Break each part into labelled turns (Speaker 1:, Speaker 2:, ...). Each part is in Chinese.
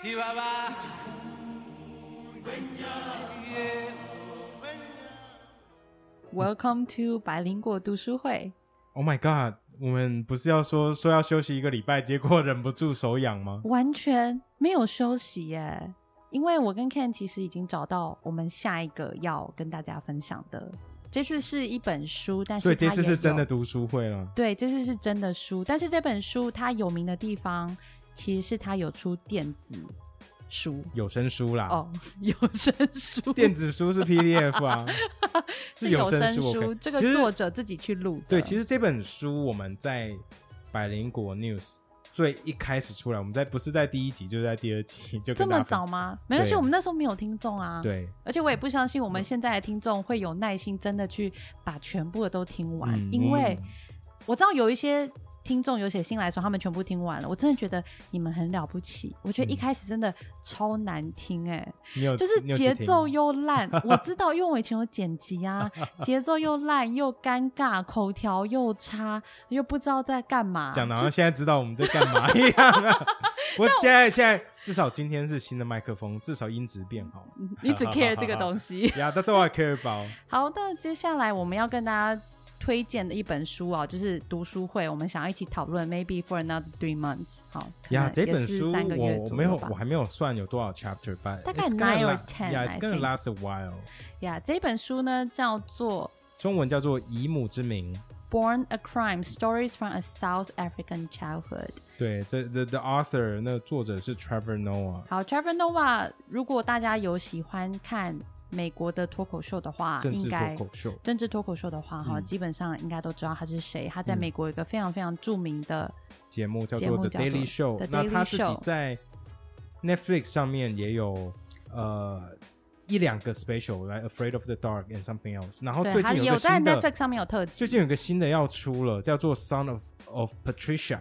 Speaker 1: Chihuahua.
Speaker 2: Welcome to 百灵果读书会。
Speaker 3: Oh my god！我们不是要说说要休息一个礼拜，结果忍不住手痒吗？
Speaker 2: 完全没有休息耶，因为我跟 Ken 其实已经找到我们下一个要跟大家分享的。这次是一本书，但是
Speaker 3: 所以这
Speaker 2: 它
Speaker 3: 次
Speaker 2: 也
Speaker 3: 是真的
Speaker 2: 有
Speaker 3: 读书会了。
Speaker 2: 对，这次是真的书，但是这本书它有名的地方其实是它有出电子书
Speaker 3: 有声书啦，
Speaker 2: 哦， 有声书，
Speaker 3: 电子书是 PDF 啊，
Speaker 2: 是
Speaker 3: 有
Speaker 2: 声
Speaker 3: 书。OK
Speaker 2: 这个
Speaker 3: 其实
Speaker 2: 作者自己去录的。
Speaker 3: 对，其实这本书我们在百灵果 News 最一开始出来，我们在不是在第一集，就是在第二集就
Speaker 2: 这
Speaker 3: 跟大
Speaker 2: 么
Speaker 3: 家分
Speaker 2: 早吗？没关系，
Speaker 3: 对
Speaker 2: 我们那时候没有听众啊。。
Speaker 3: 对，
Speaker 2: 而且我也不相信我
Speaker 3: 嗯
Speaker 2: 们现在的听众会有耐心，真的去把全部的都听完，
Speaker 3: 嗯
Speaker 2: 因为
Speaker 3: 嗯
Speaker 2: 我知道有一些听众有写信来说他们全部听完了，我真的觉得你们很了不起。我觉得一开始真的超难听哎、
Speaker 3: 你有
Speaker 2: 就是
Speaker 3: 嗯呃你有去
Speaker 2: 节
Speaker 3: 听
Speaker 2: 奏又烂， 我知道，因为我以前有剪辑啊，节奏又烂又尴尬，口条又差，又不知道在干嘛。
Speaker 3: 讲的好像现在知道我们在干嘛一样 啊。我现在现在至少今天是新的麦克风，至少音质变 好。
Speaker 2: 嗯你只 care 这个东西。
Speaker 3: Yeah, that's all I care about.
Speaker 2: 好那接下来我们要跟大家推荐的一本书啊，就是读书会，我们想要一起讨论，maybe for another three months。好，可
Speaker 3: 呀、
Speaker 2: 能
Speaker 3: 这
Speaker 2: 也
Speaker 3: 本
Speaker 2: 是
Speaker 3: 书
Speaker 2: 三个
Speaker 3: 我
Speaker 2: 月
Speaker 3: 我
Speaker 2: 左
Speaker 3: 没有
Speaker 2: 右吧
Speaker 3: 我还没有算有多少 chapter，but
Speaker 2: 大概
Speaker 3: it's gonna
Speaker 2: nine or
Speaker 3: la-
Speaker 2: ten,
Speaker 3: Yeah,
Speaker 2: I
Speaker 3: it's gonna
Speaker 2: think.
Speaker 3: last a while.
Speaker 2: 呀这本书呢叫做
Speaker 3: 中文叫做《以母之名》。
Speaker 2: 《Born a Crime: Stories from a South African Childhood》。
Speaker 3: 对，这 the the author 那个作者是 Trevor Noah，
Speaker 2: 好，Trevor Noah，如果大家有喜欢看美国的脱口秀的话，
Speaker 3: 政
Speaker 2: 应
Speaker 3: 治
Speaker 2: 该
Speaker 3: 脱口嗯秀。
Speaker 2: 政治脱口秀的话，哈、基本上应该都知道他是谁。他在
Speaker 3: 嗯
Speaker 2: 美国有一个非常非常著名的，
Speaker 3: 节目叫
Speaker 2: 节
Speaker 3: 做
Speaker 2: 目
Speaker 3: The
Speaker 2: 叫做
Speaker 3: Daily Show，
Speaker 2: The
Speaker 3: 那
Speaker 2: Daily
Speaker 3: 他自己
Speaker 2: Show
Speaker 3: 在 Netflix 上面也有呃一两个 special，来 Afraid of the Dark and something else。然后
Speaker 2: 对
Speaker 3: 哦最
Speaker 2: 他
Speaker 3: 近有
Speaker 2: 有
Speaker 3: 个
Speaker 2: 在
Speaker 3: 新的，
Speaker 2: Netflix 上面有特辑，
Speaker 3: 最近有个新的要出了，叫做 Son of of Patricia，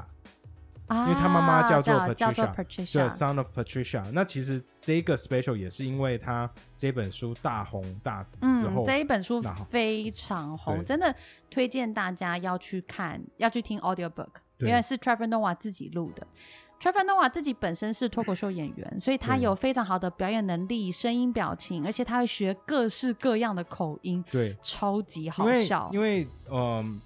Speaker 2: 啊，
Speaker 3: 因为他妈妈叫做
Speaker 2: 叫叫做
Speaker 3: Patricia，对
Speaker 2: Patricia，
Speaker 3: Son of Patricia。那其实这个 special 也是因为他这本书大红大紫之
Speaker 2: 嗯
Speaker 3: 后，，
Speaker 2: 这一本书
Speaker 3: 然后
Speaker 2: 非常红，
Speaker 3: 对
Speaker 2: 真的推荐大家要去看，要去听 audiobook，因
Speaker 3: 对
Speaker 2: 为是 Trevor Noah 自己录的。Trevor Noah 自己本身是脱口秀演员，所以他
Speaker 3: 对
Speaker 2: 有非常好的表演能力、声音、表情，而且他会学各式各样的口音，
Speaker 3: 对，
Speaker 2: 超级
Speaker 3: 因
Speaker 2: 好
Speaker 3: 为
Speaker 2: 笑。
Speaker 3: 因为嗯、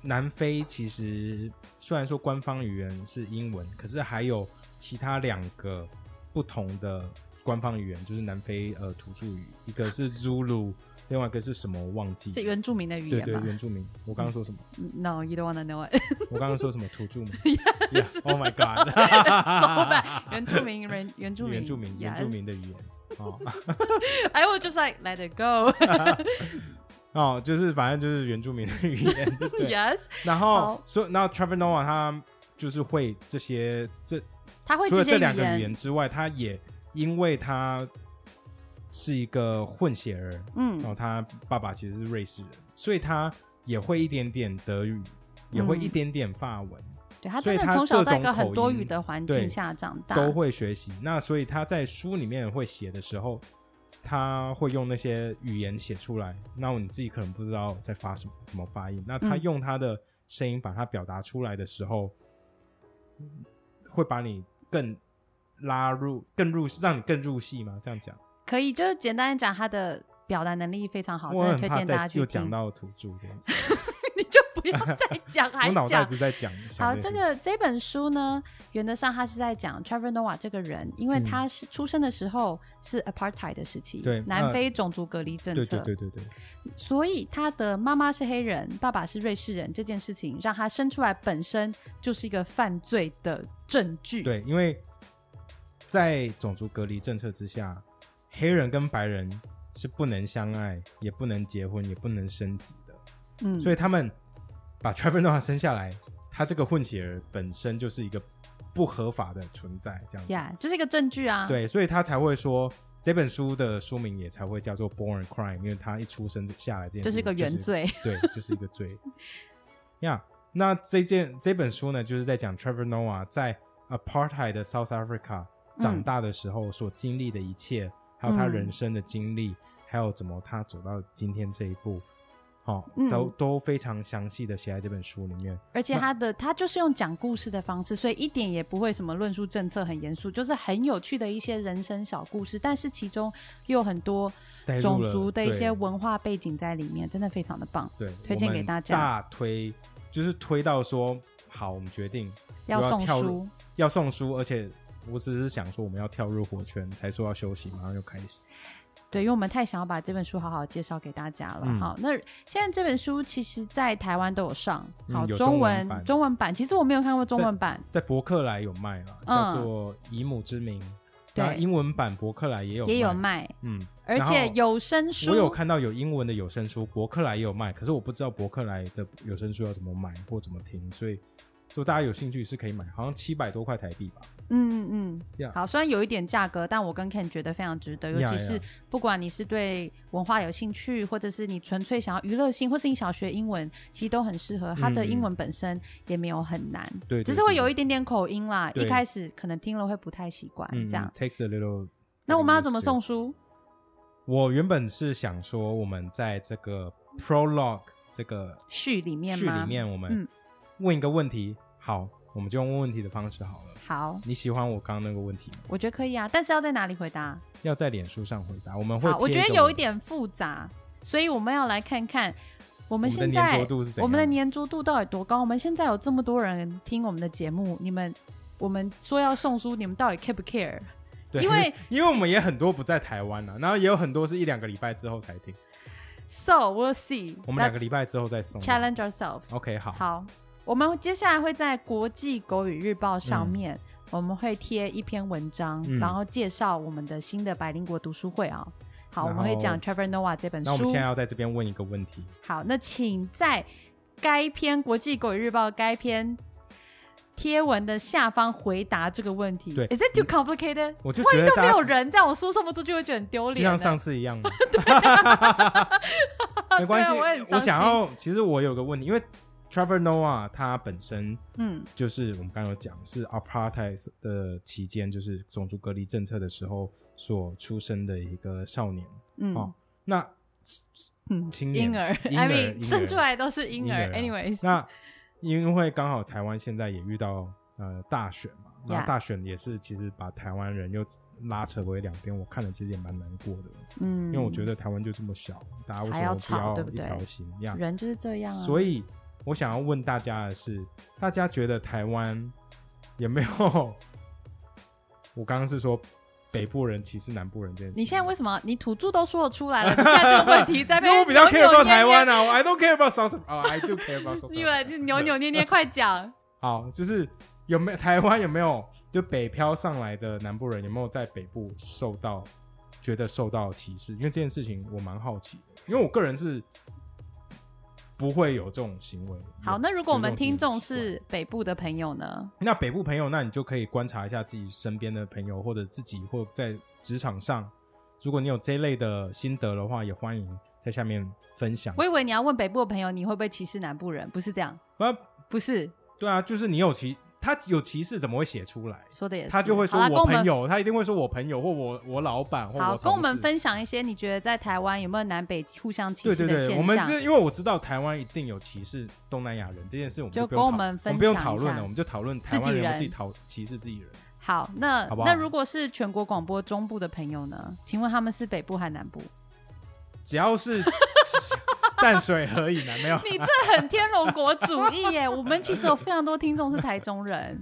Speaker 3: 南非其实虽然说官方语言是英文，可是还有其他两个不同的官方语言，就是南非呃土著语，一个 是 Zulu，另外一个是什么我忘记了？
Speaker 2: 是原住民的语
Speaker 3: 对
Speaker 2: 言
Speaker 3: 对
Speaker 2: 嘛
Speaker 3: 原住民。我刚刚说什么？
Speaker 2: No, you don't wanna know it.
Speaker 3: 我刚刚说什么土著 吗 yeah, Oh my god！
Speaker 2: So bad. 原住民，原原住民，
Speaker 3: 原住民 原住民的语言哦
Speaker 2: Yes. I will just like let it go.
Speaker 3: 哦，就是反正就是原住民的语言，对不 对
Speaker 2: yes，
Speaker 3: 然后
Speaker 2: 好
Speaker 3: 所以然后 Trevor Noah 他就是会这些这
Speaker 2: 他会
Speaker 3: 除
Speaker 2: 这
Speaker 3: 了
Speaker 2: 些
Speaker 3: 这两个语言之外，他也因为他是一个混血儿，然
Speaker 2: 嗯，
Speaker 3: 后他爸爸其实是瑞士人，所以他也会一点点德语，
Speaker 2: 嗯
Speaker 3: 也会一点点法文，
Speaker 2: 对他
Speaker 3: 所
Speaker 2: 真
Speaker 3: 以
Speaker 2: 的
Speaker 3: 他
Speaker 2: 从小
Speaker 3: 各
Speaker 2: 在一
Speaker 3: 种
Speaker 2: 个很
Speaker 3: 口
Speaker 2: 多
Speaker 3: 音
Speaker 2: 语的环
Speaker 3: 对
Speaker 2: 境下长大，
Speaker 3: 都会学习。那所以他在书里面会写的时候，他会用那些语言写出来，那你自己可能不知道在发什么，怎么发音。那他
Speaker 2: 嗯
Speaker 3: 用他的声音把它表达出来的时候，会把你更拉入、更入，让你更入戏吗？这样讲。
Speaker 2: 可以，就是简单地讲，他的表达能力非常哦好，真
Speaker 3: 我
Speaker 2: 的
Speaker 3: 很
Speaker 2: 推
Speaker 3: 怕
Speaker 2: 荐大
Speaker 3: 再
Speaker 2: 家去
Speaker 3: 又讲
Speaker 2: 听。
Speaker 3: 到土著这件事，
Speaker 2: 你就不要 再讲，还
Speaker 3: 我脑袋
Speaker 2: 讲
Speaker 3: 一。直在讲。
Speaker 2: 好，
Speaker 3: 想
Speaker 2: 这
Speaker 3: 件事
Speaker 2: 个这本书呢，原则上它是在讲 Trevor Noah 这个人，因为他是出生的时候是 apartheid 的时期，
Speaker 3: 嗯对
Speaker 2: 南
Speaker 3: 呃
Speaker 2: 非种族隔离政
Speaker 3: 对
Speaker 2: 策，
Speaker 3: 对对对对，
Speaker 2: 所以他的妈妈是黑人，爸爸是瑞士人，这件事情让他生出来本身就是一个犯罪的证据。，
Speaker 3: 对，因为在种族隔离政策之下，黑人跟白人是不能相爱，也不能结婚，也不能生子的，
Speaker 2: 嗯，
Speaker 3: 所以他们把 Trevor Noah 生下来，他这个混血儿本身就是一个不合法的存在，这样子。
Speaker 2: 呀就是一个证据啊。，
Speaker 3: 对，所以他才会说这本书的书名也才会叫做《Born a Crime》，因为他一出生下来这件
Speaker 2: 这
Speaker 3: 事
Speaker 2: 是一个
Speaker 3: 情就
Speaker 2: 原罪。
Speaker 3: 对，就是一个罪。呀、那这件这本书呢，就是在讲 Trevor Noah 在 Apartheid 的 South
Speaker 2: 嗯
Speaker 3: Africa 长大的时候所经历的
Speaker 2: 嗯
Speaker 3: 一切，还有他人生的经历，还有怎么他走到今天这一步。哦，
Speaker 2: 嗯
Speaker 3: 都都非常详细的写在这本书里面。
Speaker 2: 而且他的他就是用讲故事的方式，所以一点也不会什么论述政策很严肃，就是很有趣的一些人生小故事，但是其中又有很多
Speaker 3: 带入
Speaker 2: 种
Speaker 3: 了
Speaker 2: 族的一
Speaker 3: 对
Speaker 2: 些文化背景在里面，真的非常的棒。
Speaker 3: 对，
Speaker 2: 推
Speaker 3: 我
Speaker 2: 荐给
Speaker 3: 们
Speaker 2: 大家
Speaker 3: 大推就是推到说，好，我们决定
Speaker 2: 要
Speaker 3: 又要
Speaker 2: 送
Speaker 3: 跳入
Speaker 2: 书，
Speaker 3: 要送书，而且我只是想说我们要跳入火圈，才说要休息，
Speaker 2: 嗯
Speaker 3: 马上就开始。
Speaker 2: 对，因为我们太想要把这本书好好介绍给大家了。
Speaker 3: 嗯
Speaker 2: 好，那现在这本书其实，在台湾都有上，
Speaker 3: 嗯
Speaker 2: 好，
Speaker 3: 有
Speaker 2: 中
Speaker 3: 中文
Speaker 2: 文
Speaker 3: 版
Speaker 2: 中文版，其实我没有看过中
Speaker 3: 在
Speaker 2: 文版，
Speaker 3: 在博客来有卖了，
Speaker 2: 嗯
Speaker 3: 叫做《以母之名》，
Speaker 2: 对
Speaker 3: 然后英文版博客来也有
Speaker 2: 嗯也有，卖，
Speaker 3: 嗯，
Speaker 2: 而且
Speaker 3: 有。
Speaker 2: 有声书，
Speaker 3: 我有看到有英文的有声书，博客来也有卖，可是我不知道博客来的有声书要怎么买或怎么听，所以如果大家有兴趣是可以买，好像七百多块台币吧。
Speaker 2: 嗯嗯嗯
Speaker 3: Yeah，
Speaker 2: 好，虽然有一点价格，但我跟 Ken 觉得非常值得，尤
Speaker 3: Yeah，
Speaker 2: 其是
Speaker 3: yeah
Speaker 2: 不管你是对文化有兴趣，或者是你纯粹想要娱乐性，或是你想要学英文，其实都很适合。它的
Speaker 3: 嗯嗯
Speaker 2: 英文本身也没有很难，
Speaker 3: 对对
Speaker 2: 只是会有一点点口音啦，
Speaker 3: 对
Speaker 2: 一开始可能听了会不太习惯
Speaker 3: 嗯
Speaker 2: 这样。
Speaker 3: takes a little。
Speaker 2: 那我们要怎么送？书？
Speaker 3: 我原本是想说，我们在这个 prologue 这个
Speaker 2: 序里面
Speaker 3: 序
Speaker 2: 吗？
Speaker 3: 里面，我们
Speaker 2: 嗯
Speaker 3: 问一个问题。好，我们就用问问题的方式好了。
Speaker 2: 好，
Speaker 3: 你喜欢我刚刚那个问题吗？
Speaker 2: 我觉得可以啊，但是要在哪里回答？
Speaker 3: 要在脸书上回答。我们会
Speaker 2: 好，我
Speaker 3: 贴
Speaker 2: 觉得
Speaker 3: 个
Speaker 2: 有一点复杂，所以我们要来看看我们
Speaker 3: 我们
Speaker 2: 现
Speaker 3: 的
Speaker 2: 在
Speaker 3: 粘着度是怎样
Speaker 2: 我们的粘着度到底多高？我们现在有这么多人听我们的节目，你们我们说要送书，你们到底 care 不 care？
Speaker 3: 对，
Speaker 2: 因为
Speaker 3: 因为我们也很多不在台湾啊，然后也有很多是一两个礼拜之后才听。
Speaker 2: So we'll see。
Speaker 3: 我们两个礼拜之后再送。
Speaker 2: challenge ourselves。
Speaker 3: OK，好，
Speaker 2: 好，我们接下来会在国际狗语日报上面，我们会贴一篇文章，
Speaker 3: 嗯
Speaker 2: 然后介绍我们的新的百灵国读书会啊。好，我
Speaker 3: 然
Speaker 2: 们会
Speaker 3: 后
Speaker 2: 讲 Trevor Noah 这本
Speaker 3: 那我们
Speaker 2: 书
Speaker 3: 现在。要在这边问一个问题，
Speaker 2: 好，那请在该篇《国际狗日报》该篇贴文的下方回答这个问题。
Speaker 3: 对
Speaker 2: ，Is it too complicated？
Speaker 3: 我就
Speaker 2: 万
Speaker 3: 觉
Speaker 2: 一
Speaker 3: 得
Speaker 2: 都没
Speaker 3: 大家
Speaker 2: 有
Speaker 3: 只
Speaker 2: 人，这样我说送不出去，会觉得很丢
Speaker 3: 就
Speaker 2: 脸啊
Speaker 3: 像
Speaker 2: 呢。
Speaker 3: 上次一 样嘛，没关系
Speaker 2: 对啊我很伤。心
Speaker 3: 我想要，其实我有个问题，因为 Trevor Noah 他本身
Speaker 2: 嗯，
Speaker 3: 就是我们刚刚有讲是 apartheid 的期间，就是种族隔离政策的时候所出生的一个少年。
Speaker 2: 嗯
Speaker 3: 哦那
Speaker 2: 嗯
Speaker 3: 青年
Speaker 2: 婴儿
Speaker 3: 婴
Speaker 2: ，I
Speaker 3: 儿
Speaker 2: mean，
Speaker 3: 婴
Speaker 2: 生
Speaker 3: 儿
Speaker 2: 出来都是婴儿。
Speaker 3: 啊
Speaker 2: Anyways，
Speaker 3: 那因为刚好台湾现在也遇到呃大选嘛，然
Speaker 2: Yeah
Speaker 3: 后大选也是其实把台湾人又拉扯回两边，我看了其实也蛮难过的，
Speaker 2: 嗯，
Speaker 3: 因为我觉得台湾就这么小，大家为什
Speaker 2: 还要
Speaker 3: 么
Speaker 2: 吵
Speaker 3: 要
Speaker 2: 对不
Speaker 3: 一
Speaker 2: 对
Speaker 3: 条心一样？
Speaker 2: 人就是这样啊。
Speaker 3: 所
Speaker 2: 以
Speaker 3: 以我想要问大家的是，大家觉得台湾有没有？我刚刚是说北部人歧视南部人这件事，
Speaker 2: 你现在为什么你土著都说得出来了，你现在这个问题在
Speaker 3: 因为
Speaker 2: 被
Speaker 3: 我比较 care about 台湾
Speaker 2: 啊，
Speaker 3: 啊我，I don't care about South，哦、i do care about South。
Speaker 2: 因为 你扭扭捏捏，快讲。
Speaker 3: 好，就是有没有台湾有没有就北漂上来的南部人有没有在北部受到觉得受到歧视？因为这件事情我蛮好奇的，因为我个人是不会有这种行为。
Speaker 2: 好，那如果我们听众
Speaker 3: 有这种行为
Speaker 2: 是北部的朋友呢？
Speaker 3: 那北部朋友，那你就可以观察一下自己身边的朋友，或者自己或在职场上，如果你有这类的心得的话，也欢迎在下面分享
Speaker 2: 我。以为你要问北部的朋友，你会不会歧视南部人？不是这样，
Speaker 3: 啊，
Speaker 2: 不是
Speaker 3: 对啊，就是你有歧，他有歧视怎么会写出来？
Speaker 2: 说的也是，
Speaker 3: 他就会说
Speaker 2: 好啦跟
Speaker 3: 我
Speaker 2: 我
Speaker 3: 朋
Speaker 2: 们
Speaker 3: 友，他一定会说我朋友或我我老板或
Speaker 2: 好，
Speaker 3: 我
Speaker 2: 跟我
Speaker 3: 同
Speaker 2: 们
Speaker 3: 事
Speaker 2: 分享一些你觉得在台湾有没有南北互相歧
Speaker 3: 对
Speaker 2: 视
Speaker 3: 对
Speaker 2: 的现
Speaker 3: 对，
Speaker 2: 象？
Speaker 3: 我们这因为我知道台湾一定有歧视东南亚人这件事，我们
Speaker 2: 就
Speaker 3: 不
Speaker 2: 跟
Speaker 3: 用
Speaker 2: 我
Speaker 3: 讨
Speaker 2: 们分
Speaker 3: 不用
Speaker 2: 享一
Speaker 3: 讨论
Speaker 2: 下
Speaker 3: 了，我们就讨论台
Speaker 2: 自己
Speaker 3: 湾人有没有
Speaker 2: 人
Speaker 3: 自己讨歧视自己人。
Speaker 2: 好，那
Speaker 3: 好不好
Speaker 2: 那如果是全国广播中部的朋友呢？请问他们是北部还南部？
Speaker 3: 只 要是淡水河以南没有，
Speaker 2: 你这很天龙国主义耶！我们其实有非常多听众是台中人，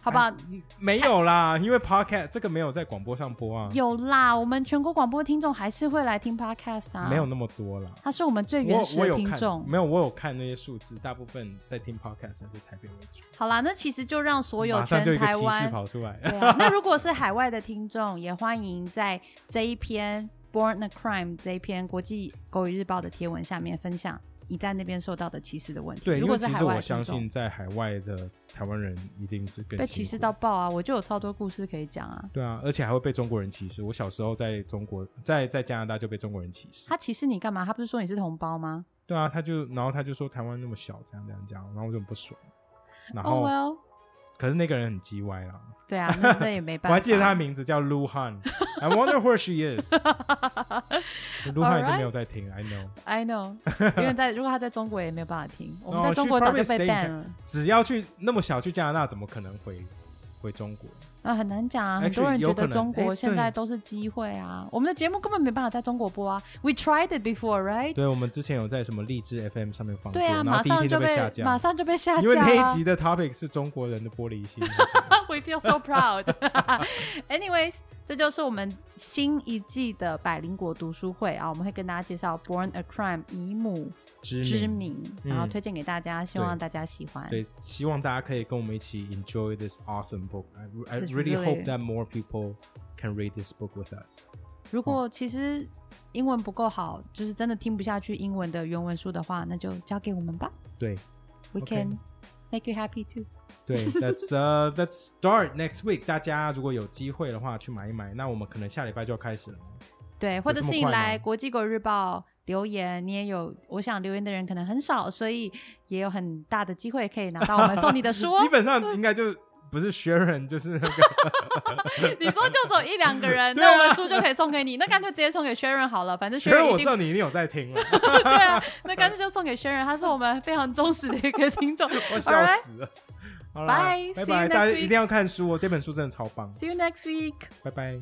Speaker 2: 好
Speaker 3: 哎
Speaker 2: 吧？
Speaker 3: 没有啦，因为 podcast 这个没有在广播上播啊，
Speaker 2: 有啦，我们全国广播听众还是会来听 podcast 啊，
Speaker 3: 没有，那么多啦。
Speaker 2: 他是我们最原
Speaker 3: 我
Speaker 2: 始
Speaker 3: 我
Speaker 2: 的
Speaker 3: 有
Speaker 2: 听众
Speaker 3: 看，。嗯没有我有看那些数字，大部分在听 podcast 还是台北为主，
Speaker 2: 好啦，那其实就让所有
Speaker 3: 马上
Speaker 2: 全
Speaker 3: 就一个
Speaker 2: 台
Speaker 3: 歧视
Speaker 2: 湾。
Speaker 3: 跑出来。
Speaker 2: 对 啊，那如果是海外的听众，也欢迎在这一篇《Born a Crime》这一篇国际狗语日报的贴文下面分享你在那边受到的歧视的问题。
Speaker 3: 对，
Speaker 2: 如
Speaker 3: 因
Speaker 2: 果
Speaker 3: 为
Speaker 2: 是
Speaker 3: 其
Speaker 2: 海
Speaker 3: 实
Speaker 2: 外
Speaker 3: 我
Speaker 2: 的听
Speaker 3: 相
Speaker 2: 众
Speaker 3: 信在海外的台湾人一定是更
Speaker 2: 被
Speaker 3: 辛
Speaker 2: 歧视
Speaker 3: 苦
Speaker 2: 到爆啊，我就有超多故事可以讲啊。
Speaker 3: 对啊，而且还会被中国人歧视。我小时候在中国，在在加拿大就被中国人歧视。
Speaker 2: 他歧视你干嘛？他不是说你是同胞吗
Speaker 3: 对啊，他就然后他就说台湾那么小，这样这样这样，然后我就很不爽。然后、
Speaker 2: ？Oh well，
Speaker 3: 可是那个人很叽歪啦，
Speaker 2: 对啊，那那也没
Speaker 3: 我
Speaker 2: 办法。
Speaker 3: 还记得他的名字叫 Lu Han， I wonder where she is 。卢汉已经没有在听，I know。
Speaker 2: I know，因为在如果他在中国也没有办法 听，我们
Speaker 3: No,
Speaker 2: 在中国
Speaker 3: she
Speaker 2: 早
Speaker 3: probably
Speaker 2: 就被
Speaker 3: stay in
Speaker 2: ban
Speaker 3: Ca-
Speaker 2: 了，
Speaker 3: 只要去那么小去加拿大，怎么可能回回中国？
Speaker 2: 啊，很难讲啊。很多
Speaker 3: Actually，
Speaker 2: 人
Speaker 3: 有
Speaker 2: 觉
Speaker 3: 可
Speaker 2: 得
Speaker 3: 能
Speaker 2: 中
Speaker 3: 哎
Speaker 2: 国
Speaker 3: 对
Speaker 2: 现在都是机会啊，我们的节目根本没办法在中国播啊。We tried it before, right？
Speaker 3: 对，我们之前有在什么荔枝 FM 上面放过，
Speaker 2: 对啊，
Speaker 3: 然后
Speaker 2: 马
Speaker 3: 第一
Speaker 2: 上
Speaker 3: 天
Speaker 2: 就
Speaker 3: 被下架，
Speaker 2: 马上就被下
Speaker 3: 因为
Speaker 2: 架
Speaker 3: 那一
Speaker 2: 啊
Speaker 3: 集。的 topic 是中国人的玻璃心。
Speaker 2: We feel so proud. Anyways，这就是我们新一季的百灵果读书会啊，我们会跟大家介绍《Born a Crime》以母
Speaker 3: 知
Speaker 2: 之
Speaker 3: 名。
Speaker 2: 名，然后
Speaker 3: 嗯
Speaker 2: 推荐给大家，希望
Speaker 3: 对
Speaker 2: 大家喜欢。
Speaker 3: 对，希望大家可以跟我们一起 enjoy this awesome book. I, I
Speaker 2: It's
Speaker 3: really hope
Speaker 2: really-
Speaker 3: that more people can read this book with us.
Speaker 2: 如果
Speaker 3: 哦
Speaker 2: 其实英文不够好，就是真的听不下去英文的原文书的话，那就交给我们吧。
Speaker 3: 对
Speaker 2: We
Speaker 3: OK
Speaker 2: can make you happy too。
Speaker 3: 对，Let's uh Let's start next week. 大家如果有机会的话去买一买，那我们可能下礼拜就要开始了。
Speaker 2: 对，或者
Speaker 3: 这
Speaker 2: 是
Speaker 3: 么
Speaker 2: 你
Speaker 3: 快吗
Speaker 2: 来国际狗日报留言，你也有，我想留言的人可能很少，所以也有很大的机会可以拿到我们送你的书哦。
Speaker 3: 基本上应该就不是 Sharon 就是那 个
Speaker 2: 你说就走一两个人，
Speaker 3: 对啊
Speaker 2: 那我们书就可以送给你，那干脆直接送给 Sharon 好了，反正
Speaker 3: Sharon，
Speaker 2: Sharon
Speaker 3: 我
Speaker 2: 一
Speaker 3: 知
Speaker 2: 定
Speaker 3: 道你一定有在听了，
Speaker 2: 对啊，那干脆就送给 Sharon，他是我们非常忠实的一个听众。
Speaker 3: 我
Speaker 2: All
Speaker 3: 笑
Speaker 2: right,
Speaker 3: 死了。好啦
Speaker 2: Bye，see you
Speaker 3: 拜拜，
Speaker 2: next
Speaker 3: 大家
Speaker 2: week
Speaker 3: 一定要看书哦，这本书真的超棒。
Speaker 2: see you next week.
Speaker 3: 拜拜。